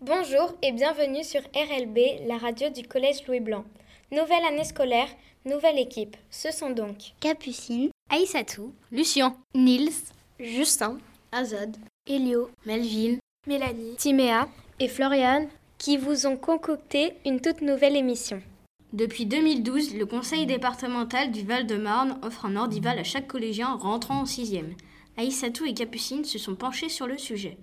Bonjour et bienvenue sur RLB, la radio du Collège Louis Blanc. Nouvelle année scolaire, nouvelle équipe. Ce sont donc Capucine, Aïssatou, Lucien, Nils, Justin, Azad, Elio, Melville, Mélanie, Timéa et Floriane qui vous ont concocté une toute nouvelle émission. Depuis 2012, le conseil départemental du Val-de-Marne offre un ordival à chaque collégien rentrant en 6e. Aïssatou et Capucine se sont penchés sur le sujet.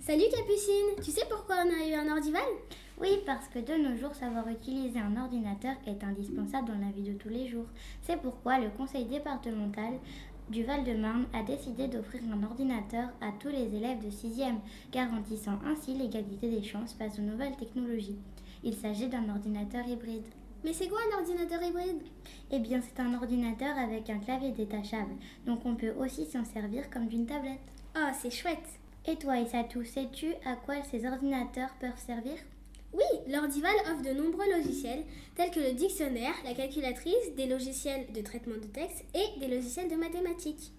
Salut Capucine Tu sais pourquoi on a eu un ordival Oui, parce que de nos jours, savoir utiliser un ordinateur est indispensable dans la vie de tous les jours. C'est pourquoi le conseil départemental du Val-de-Marne a décidé d'offrir un ordinateur à tous les élèves de 6e, garantissant ainsi l'égalité des chances face aux nouvelles technologies. Il s'agit d'un ordinateur hybride. Mais c'est quoi un ordinateur hybride Eh bien, c'est un ordinateur avec un clavier détachable, donc on peut aussi s'en servir comme d'une tablette. Oh, c'est chouette Et toi, Isatou, sais-tu à quoi ces ordinateurs peuvent servir Oui, l'Ordival offre de nombreux logiciels, tels que le dictionnaire, la calculatrice, des logiciels de traitement de texte et des logiciels de mathématiques.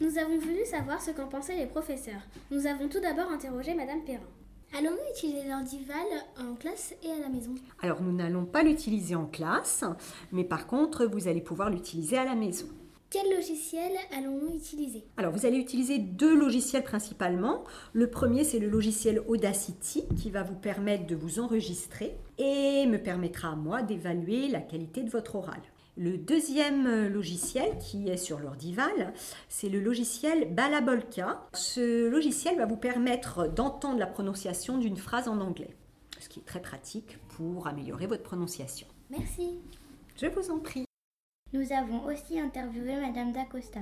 Nous avons voulu savoir ce qu'en pensaient les professeurs. Nous avons tout d'abord interrogé Madame Perrin. Allons-nous utiliser l'ordival en classe et à la maison Alors nous n'allons pas l'utiliser en classe, mais par contre vous allez pouvoir l'utiliser à la maison. Quel logiciel allons-nous utiliser Alors vous allez utiliser deux logiciels principalement. Le premier c'est le logiciel Audacity qui va vous permettre de vous enregistrer et me permettra à moi d'évaluer la qualité de votre oral. Le deuxième logiciel qui est sur l'ordival, c'est le logiciel Balabolka. Ce logiciel va vous permettre d'entendre la prononciation d'une phrase en anglais, ce qui est très pratique pour améliorer votre prononciation. Merci. Je vous en prie. Nous avons aussi interviewé Madame D'Acosta.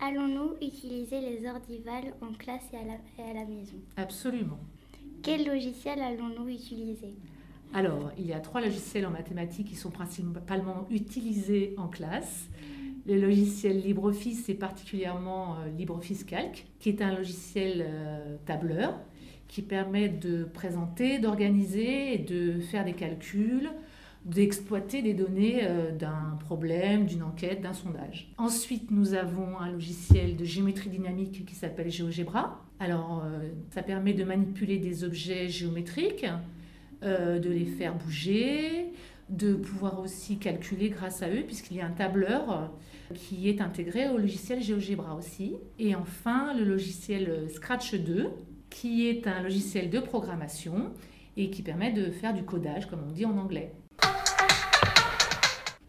Allons-nous utiliser les ordivals en classe et à la, et à la maison Absolument. Quel logiciel allons-nous utiliser alors, il y a trois logiciels en mathématiques qui sont principalement utilisés en classe. Le logiciel LibreOffice et particulièrement euh, LibreOffice Calc, qui est un logiciel euh, tableur qui permet de présenter, d'organiser et de faire des calculs, d'exploiter des données euh, d'un problème, d'une enquête, d'un sondage. Ensuite, nous avons un logiciel de géométrie dynamique qui s'appelle GeoGebra. Alors, euh, ça permet de manipuler des objets géométriques. Euh, de les faire bouger, de pouvoir aussi calculer grâce à eux, puisqu'il y a un tableur qui est intégré au logiciel GeoGebra aussi. Et enfin, le logiciel Scratch 2, qui est un logiciel de programmation et qui permet de faire du codage, comme on dit en anglais.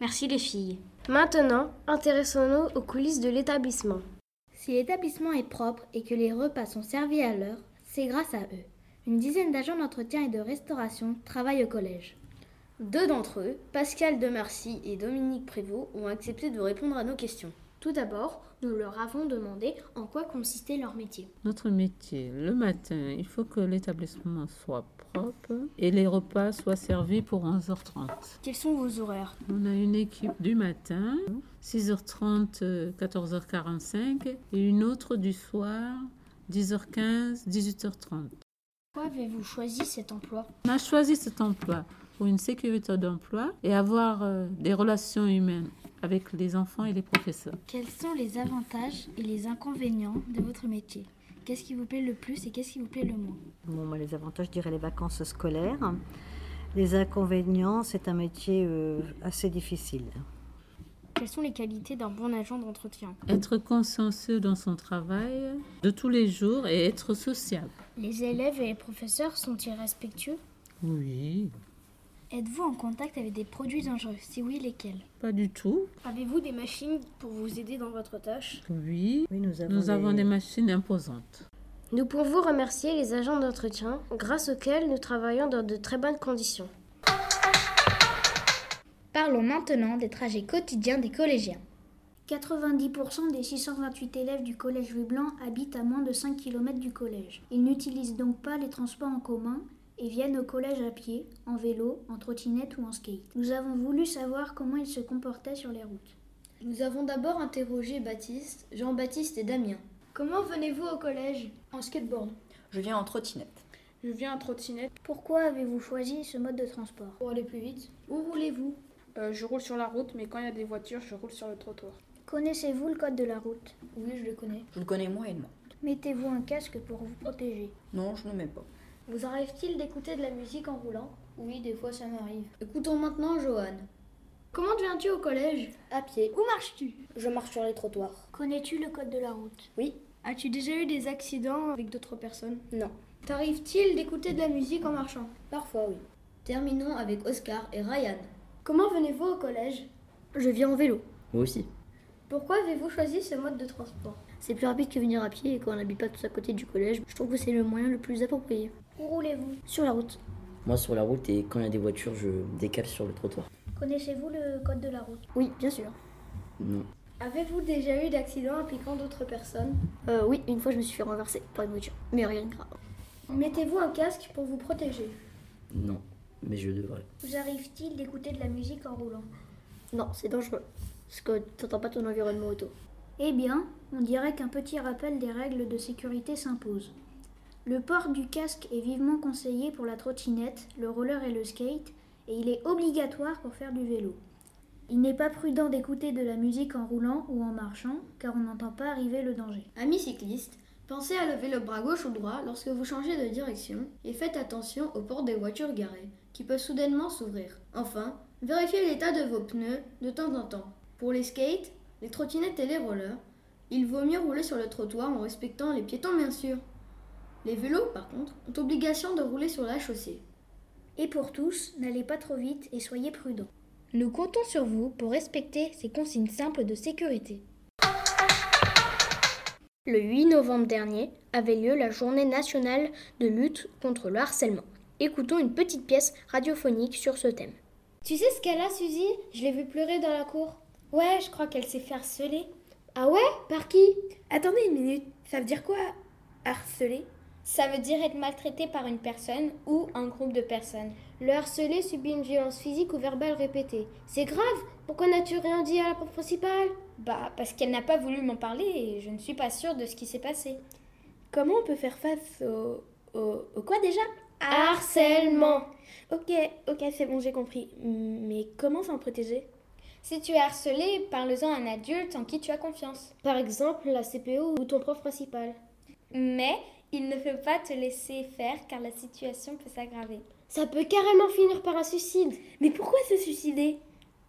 Merci les filles. Maintenant, intéressons-nous aux coulisses de l'établissement. Si l'établissement est propre et que les repas sont servis à l'heure, c'est grâce à eux. Une dizaine d'agents d'entretien et de restauration travaillent au collège. Deux d'entre eux, Pascal Demarcy et Dominique Prévost, ont accepté de répondre à nos questions. Tout d'abord, nous leur avons demandé en quoi consistait leur métier. Notre métier, le matin, il faut que l'établissement soit propre et les repas soient servis pour 11h30. Quels sont vos horaires On a une équipe du matin, 6h30, 14h45, et une autre du soir, 10h15, 18h30. Pourquoi avez-vous choisi cet emploi On a choisi cet emploi pour une sécurité d'emploi et avoir euh, des relations humaines avec les enfants et les professeurs. Quels sont les avantages et les inconvénients de votre métier Qu'est-ce qui vous plaît le plus et qu'est-ce qui vous plaît le moins bon, moi, Les avantages, je dirais les vacances scolaires. Les inconvénients, c'est un métier euh, assez difficile. Quelles sont les qualités d'un bon agent d'entretien Être consciencieux dans son travail de tous les jours et être sociable. Les élèves et les professeurs sont-ils respectueux Oui. Êtes-vous en contact avec des produits dangereux Si oui, lesquels Pas du tout. Avez-vous des machines pour vous aider dans votre tâche Oui, oui nous, avons, nous des... avons des machines imposantes. Nous pouvons remercier les agents d'entretien grâce auxquels nous travaillons dans de très bonnes conditions. Parlons maintenant des trajets quotidiens des collégiens. 90% des 628 élèves du collège Louis Blanc habitent à moins de 5 km du collège. Ils n'utilisent donc pas les transports en commun et viennent au collège à pied, en vélo, en trottinette ou en skate. Nous avons voulu savoir comment ils se comportaient sur les routes. Nous avons d'abord interrogé Baptiste, Jean-Baptiste et Damien. Comment venez-vous au collège En skateboard. Je viens en trottinette. Je viens en trottinette. Pourquoi avez-vous choisi ce mode de transport Pour aller plus vite. Où roulez-vous euh, je roule sur la route, mais quand il y a des voitures, je roule sur le trottoir. Connaissez-vous le code de la route Oui, je le connais. Je le connais moyennement. Mettez-vous un casque pour vous protéger Non, je ne mets pas. Vous arrive-t-il d'écouter de la musique en roulant Oui, des fois ça m'arrive. Écoutons maintenant Johan. Comment viens-tu au collège À pied. Où marches-tu Je marche sur les trottoirs. Connais-tu le code de la route Oui. As-tu déjà eu des accidents avec d'autres personnes Non. T'arrive-t-il d'écouter de la musique en marchant Parfois, oui. Terminons avec Oscar et Ryan. Comment venez-vous au collège Je viens en vélo. Moi aussi. Pourquoi avez-vous choisi ce mode de transport C'est plus rapide que venir à pied et quand on n'habite pas tous à côté du collège, je trouve que c'est le moyen le plus approprié. Où roulez-vous Sur la route. Moi sur la route et quand il y a des voitures, je décale sur le trottoir. Connaissez-vous le code de la route Oui, bien sûr. Non. Avez-vous déjà eu d'accidents impliquant d'autres personnes Euh, oui, une fois je me suis fait renverser par une voiture, mais rien de grave. Mettez-vous un casque pour vous protéger. Non, mais je devrais. Vous arrive-t-il d'écouter de la musique en roulant Non, c'est dangereux, parce que t'entends pas ton environnement auto. Eh bien, on dirait qu'un petit rappel des règles de sécurité s'impose. Le port du casque est vivement conseillé pour la trottinette, le roller et le skate, et il est obligatoire pour faire du vélo. Il n'est pas prudent d'écouter de la musique en roulant ou en marchant, car on n'entend pas arriver le danger. Amis cyclistes, pensez à lever le bras gauche ou droit lorsque vous changez de direction et faites attention au port des voitures garées, qui peuvent soudainement s'ouvrir. Enfin, vérifiez l'état de vos pneus de temps en temps. Pour les skates, les trottinettes et les rollers, il vaut mieux rouler sur le trottoir en respectant les piétons bien sûr. Les vélos, par contre, ont obligation de rouler sur la chaussée. Et pour tous, n'allez pas trop vite et soyez prudents. Nous comptons sur vous pour respecter ces consignes simples de sécurité. Le 8 novembre dernier avait lieu la journée nationale de lutte contre le harcèlement. Écoutons une petite pièce radiophonique sur ce thème. Tu sais ce qu'elle a, Suzy Je l'ai vue pleurer dans la cour. Ouais, je crois qu'elle s'est fait harceler. Ah ouais Par qui Attendez une minute, ça veut dire quoi harceler ça veut dire être maltraité par une personne ou un groupe de personnes. Le harcelé subit une violence physique ou verbale répétée. C'est grave Pourquoi n'as-tu rien dit à la prof principale Bah, parce qu'elle n'a pas voulu m'en parler et je ne suis pas sûre de ce qui s'est passé. Comment on peut faire face au. au, au quoi déjà Harcèlement Ok, ok, c'est bon, j'ai compris. Mais comment s'en protéger si tu es harcelé, parle-en à un adulte en qui tu as confiance. Par exemple, la CPO ou ton prof principal. Mais il ne faut pas te laisser faire car la situation peut s'aggraver. Ça peut carrément finir par un suicide. Mais pourquoi se suicider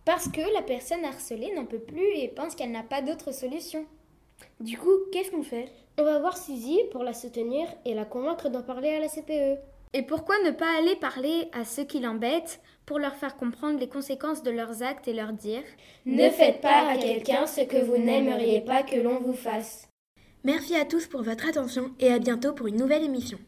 Parce que la personne harcelée n'en peut plus et pense qu'elle n'a pas d'autre solution. Du coup, qu'est-ce qu'on fait On va voir Suzy pour la soutenir et la convaincre d'en parler à la E. CPE. Et pourquoi ne pas aller parler à ceux qui l'embêtent pour leur faire comprendre les conséquences de leurs actes et leur dire Ne faites pas à quelqu'un ce que vous n'aimeriez pas que l'on vous fasse. Merci à tous pour votre attention et à bientôt pour une nouvelle émission.